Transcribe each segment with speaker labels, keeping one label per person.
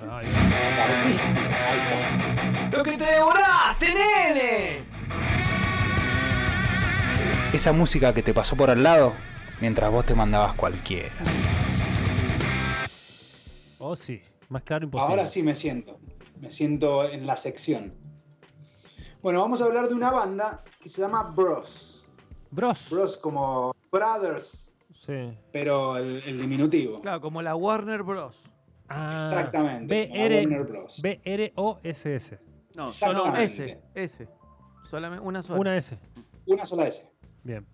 Speaker 1: Ay.
Speaker 2: ¡Lo que te devoraste, nene!
Speaker 3: Esa música que te pasó por al lado mientras vos te mandabas cualquiera.
Speaker 1: Oh, sí. Más claro imposible.
Speaker 4: Ahora sí me siento. Me siento en la sección. Bueno, vamos a hablar de una banda que se llama Bros.
Speaker 1: Bros.
Speaker 4: Bros como Brothers,
Speaker 1: Sí.
Speaker 4: pero el, el diminutivo.
Speaker 5: Claro, Ah, como la Warner Bros.
Speaker 1: Ah,
Speaker 4: Exactamente, como
Speaker 1: BR
Speaker 4: Warner Bros.
Speaker 1: B-R-O-S-S.
Speaker 5: No, solo
Speaker 4: Exactamente.
Speaker 5: S. S. Solamente una sola.
Speaker 1: Una S.
Speaker 4: Una sola S.
Speaker 1: Bien.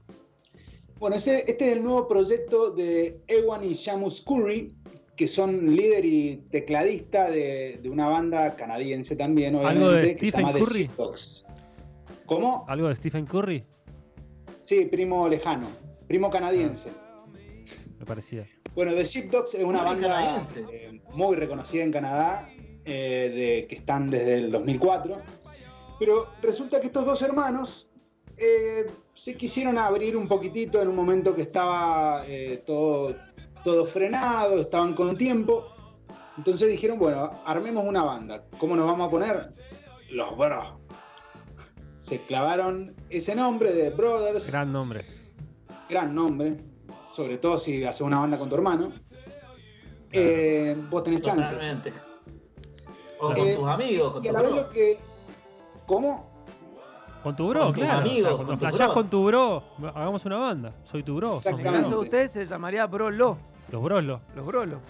Speaker 4: Bueno, ese- este es el nuevo proyecto de Ewan y Shamus Curry, que son líder y tecladista de, de una banda canadiense también, obviamente,
Speaker 1: ¿Algo de
Speaker 4: que se
Speaker 1: Stephen
Speaker 4: llama
Speaker 1: Curry? Ah.
Speaker 4: The Shitbox. ¿Cómo?
Speaker 1: ¿Algo de Stephen Curry?
Speaker 4: Sí, primo lejano, primo canadiense.
Speaker 1: Me parecía.
Speaker 4: Bueno, The Shipdogs es una
Speaker 5: Muy
Speaker 4: banda
Speaker 5: canadiense.
Speaker 4: eh, muy reconocida en Canadá, eh, de, que están desde el 2004. Pero resulta que estos dos hermanos eh, se quisieron abrir un poquitito en un momento que estaba eh, todo, todo frenado, estaban con tiempo. Entonces dijeron, bueno, armemos una banda. ¿Cómo nos vamos a poner? Los Bros. Se clavaron ese nombre de Brothers
Speaker 1: Gran nombre.
Speaker 4: gran nombre, sobre todo si haces una banda con tu hermano, eh, vos tenés chances.
Speaker 6: Totalmente. O
Speaker 1: Claro.
Speaker 6: con
Speaker 4: Eh,
Speaker 6: tus amigos, con
Speaker 4: Y
Speaker 6: tus
Speaker 4: a la vez lo
Speaker 6: amigos.
Speaker 4: que. ¿Cómo?
Speaker 1: Con tu bro,
Speaker 6: Con tu
Speaker 1: claro.
Speaker 6: amigo,
Speaker 1: cuando
Speaker 6: con tu
Speaker 1: flashás
Speaker 6: bro.
Speaker 1: con tu bro, hagamos una banda. Soy tu bro. somos
Speaker 5: En el caso de
Speaker 4: Exactamente.
Speaker 5: ustedes se llamaría Brolo.
Speaker 1: Los broslo.
Speaker 5: Los Brolo.
Speaker 4: Los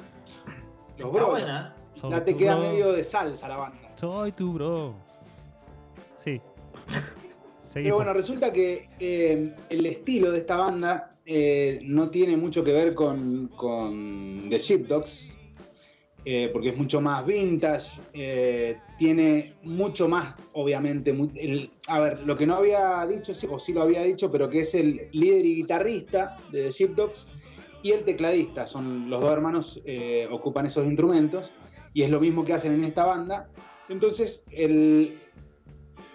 Speaker 6: Está
Speaker 4: bros.
Speaker 6: buena.
Speaker 4: Ya te queda medio de salsa la banda.
Speaker 1: Soy tu bro. Sí.
Speaker 4: Pero
Speaker 1: Seguimos.
Speaker 4: bueno, resulta que eh, el estilo de esta banda eh, no tiene mucho que ver con, con The Sheepdogs, eh, porque es mucho más vintage, eh, tiene mucho más, obviamente, mu- el- a ver, lo que no había dicho, sí- o sí lo había dicho, pero que es el líder y guitarrista de The Sheepdogs y el tecladista, son los dos hermanos, eh, ocupan esos instrumentos, y es lo mismo que hacen en esta banda. Entonces, el,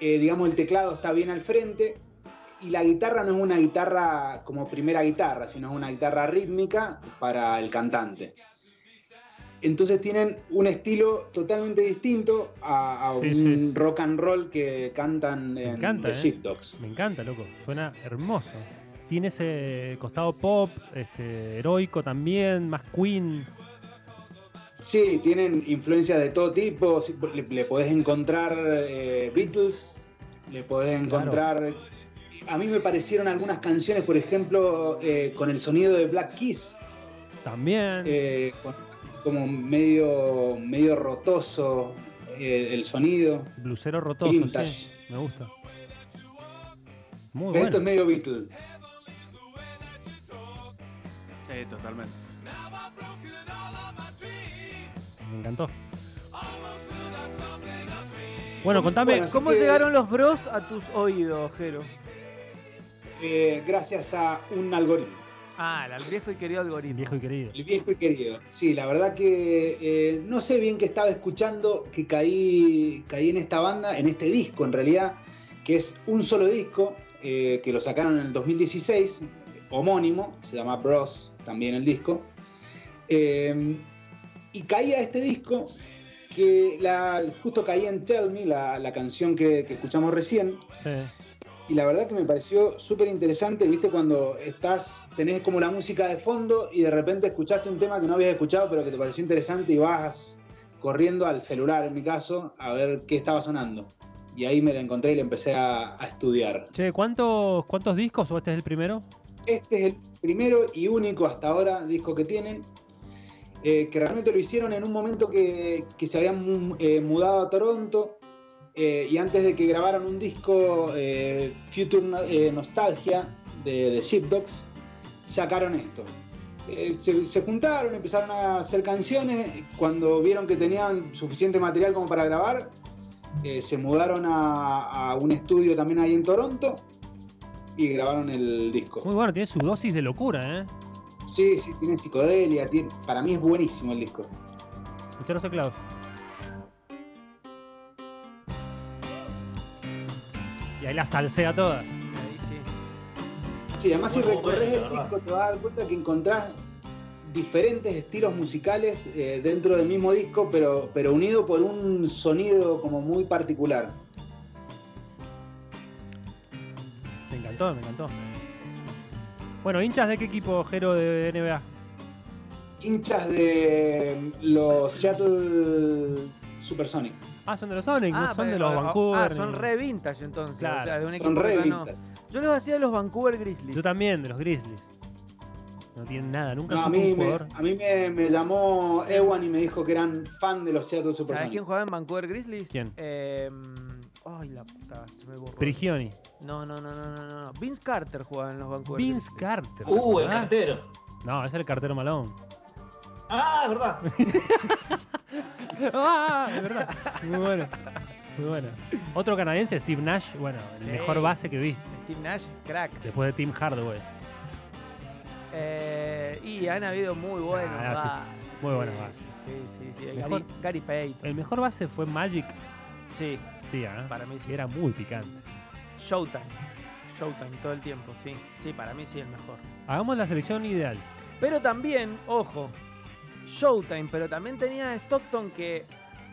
Speaker 4: eh, digamos, el teclado está bien al frente y la guitarra no es una guitarra como primera guitarra, sino es una guitarra rítmica para el cantante. Entonces tienen un estilo totalmente distinto a, a
Speaker 1: Sí,
Speaker 4: un
Speaker 1: sí.
Speaker 4: rock and roll que cantan en
Speaker 1: encanta,
Speaker 4: The
Speaker 1: eh.
Speaker 4: Sheep Dogs.
Speaker 1: Me encanta, loco. Suena hermoso. Tiene ese costado pop, este, heroico también, más queen.
Speaker 4: Sí, tienen influencias de todo tipo. sí, pues, Le, le podés encontrar eh, Beatles, le podés encontrar. A mí me parecieron algunas canciones, por ejemplo, eh, con el sonido de Black Kiss.
Speaker 1: También.
Speaker 4: eh, con- como medio, medio rotoso eh, el sonido.
Speaker 1: Blusero rotoso,
Speaker 4: vintage.
Speaker 1: sí. Me gusta. Muy
Speaker 4: Pero Esto es
Speaker 1: bueno.
Speaker 4: medio Beatle.
Speaker 7: Sí, totalmente.
Speaker 1: Me encantó. Bueno, contame.
Speaker 4: Bueno,
Speaker 5: ¿Cómo
Speaker 4: Así que-
Speaker 5: llegaron los Bros a tus oídos, Jero?
Speaker 4: eh, gracias a un algoritmo.
Speaker 5: Ah, el viejo y querido algoritmo.
Speaker 1: Viejo y querido.
Speaker 4: El viejo y querido. Sí, la verdad que eh, no sé bien qué estaba escuchando que caí, caí en esta banda, en este disco en realidad, que es un solo disco, eh, que lo sacaron en el 2016, homónimo, se llama Bros también el disco. Eh, y caí a este disco que la, justo caí en Tell Me, la, la canción que- que escuchamos recién,
Speaker 1: Sí.
Speaker 4: y la verdad que me pareció súper interesante, viste, cuando estás, tenés como la música de fondo y de repente escuchaste un tema que no habías escuchado, pero que te pareció interesante y vas corriendo al celular, en mi caso, a ver qué estaba sonando. Y ahí me la encontré y la empecé a, a estudiar.
Speaker 1: Che, ¿cuántos, ¿cuántos discos o este es el primero?
Speaker 4: Este es el primero y único hasta ahora disco que tienen, eh, que realmente lo hicieron en un momento que, que se habían mu- eh, mudado a Toronto eh, y antes de que grabaran un disco eh, Future No- eh, Nostalgia de, de Sheepdogs, sacaron esto. Eh, se, se juntaron, empezaron a hacer canciones, cuando vieron que tenían suficiente material como para grabar, eh, se mudaron a, a un estudio también ahí en Toronto y grabaron el disco.
Speaker 1: Muy bueno, tiene su dosis de locura, ¿eh?
Speaker 4: Sí, sí, tiene psicodelia, tiene- para mí es buenísimo el disco.
Speaker 1: Escuchá los teclados. Y ahí la salsea toda.
Speaker 5: Ahí sí.
Speaker 4: Sí, además si
Speaker 6: Muy bueno,
Speaker 4: recorres
Speaker 6: la
Speaker 4: el
Speaker 6: verdad.
Speaker 4: disco te vas a dar cuenta que encontrás diferentes estilos musicales eh, dentro del mismo disco, pero, pero unido por un sonido como muy particular.
Speaker 1: Me encantó, me encantó. Bueno, hinchas de qué equipo, Jero, de NBA?
Speaker 4: Hinchas de mm, los Seattle Supersonic.
Speaker 1: Ah, son de los Sonic, no son
Speaker 5: pero-
Speaker 1: de los Vancouver.
Speaker 5: Ah, son
Speaker 1: ni-
Speaker 5: re vintage entonces.
Speaker 1: Claro.
Speaker 5: O sea, de un equipo
Speaker 4: Son re
Speaker 5: que ganó.
Speaker 4: vintage.
Speaker 5: Yo los hacía de los Vancouver Grizzlies.
Speaker 1: Yo también, de los Grizzlies. No tienen nada, nunca
Speaker 4: No, a
Speaker 1: supe
Speaker 4: mí,
Speaker 1: un
Speaker 4: me,
Speaker 1: jugador.
Speaker 4: a mí me, me llamó Ewan y me dijo que eran fan de los Seattle
Speaker 5: ¿Sabés
Speaker 4: Supersonic.
Speaker 5: quién jugaba en Vancouver Grizzlies?
Speaker 1: ¿Quién?
Speaker 5: Eh, ay, la puta, se me borró.
Speaker 1: Prigioni.
Speaker 5: No, no, no, no, no, no. Vince Carter jugaba en los Vancouver
Speaker 1: Vince
Speaker 5: Grizzlies.
Speaker 1: Carter. ¿te
Speaker 6: Uh, el
Speaker 1: acordás?
Speaker 6: cartero.
Speaker 1: No, ese es el cartero Malone.
Speaker 6: Ah, es verdad.
Speaker 1: ¡Ah! De verdad. Muy bueno. Muy bueno. Otro canadiense, Steve Nash. Bueno, el
Speaker 5: Sí.
Speaker 1: mejor base que vi.
Speaker 5: Steve Nash, crack.
Speaker 1: Después de Tim Hardaway.
Speaker 5: Eh, y han habido muy buenos
Speaker 1: Ah,
Speaker 5: bases.
Speaker 1: muy buenos
Speaker 5: Sí,
Speaker 1: bases.
Speaker 5: Sí, sí, sí. El
Speaker 1: Mejor- eh,
Speaker 5: Gary, Gary Payton.
Speaker 1: El mejor base fue Magic.
Speaker 5: Sí,
Speaker 1: Sí, ¿ah?
Speaker 5: para mí sí.
Speaker 1: Era muy picante.
Speaker 5: Showtime. Showtime todo el tiempo, sí. Sí, para mí sí el mejor.
Speaker 1: Hagamos la selección ideal.
Speaker 5: Pero también, ojo, Showtime, pero también tenía a Stockton que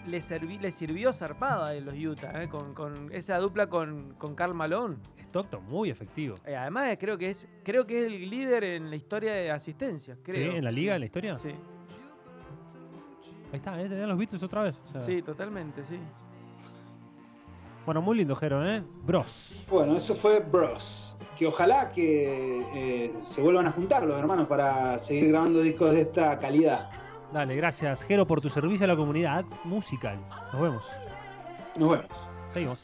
Speaker 5: le, servi- le sirvió zarpada de los Utah, ¿eh? con, con esa dupla con, con Karl Malone.
Speaker 1: Stockton, muy efectivo.
Speaker 5: Eh, además, eh, creo que, es, creo que es el líder en la historia de asistencia, creo.
Speaker 1: ¿Sí? ¿En la liga, en la historia?
Speaker 5: Sí,
Speaker 1: Ahí está, ahí tenían los Beatles otra vez. o sea.
Speaker 5: sí, totalmente, sí.
Speaker 1: Bueno, muy lindo, Jero, ¿eh? Bros.
Speaker 4: Bueno, eso fue Bros. Que ojalá que eh, se vuelvan a juntar los hermanos para seguir grabando discos de esta calidad.
Speaker 1: Dale, gracias, Jero, por tu servicio a la comunidad musical. Nos vemos.
Speaker 4: Nos vemos.
Speaker 1: Seguimos.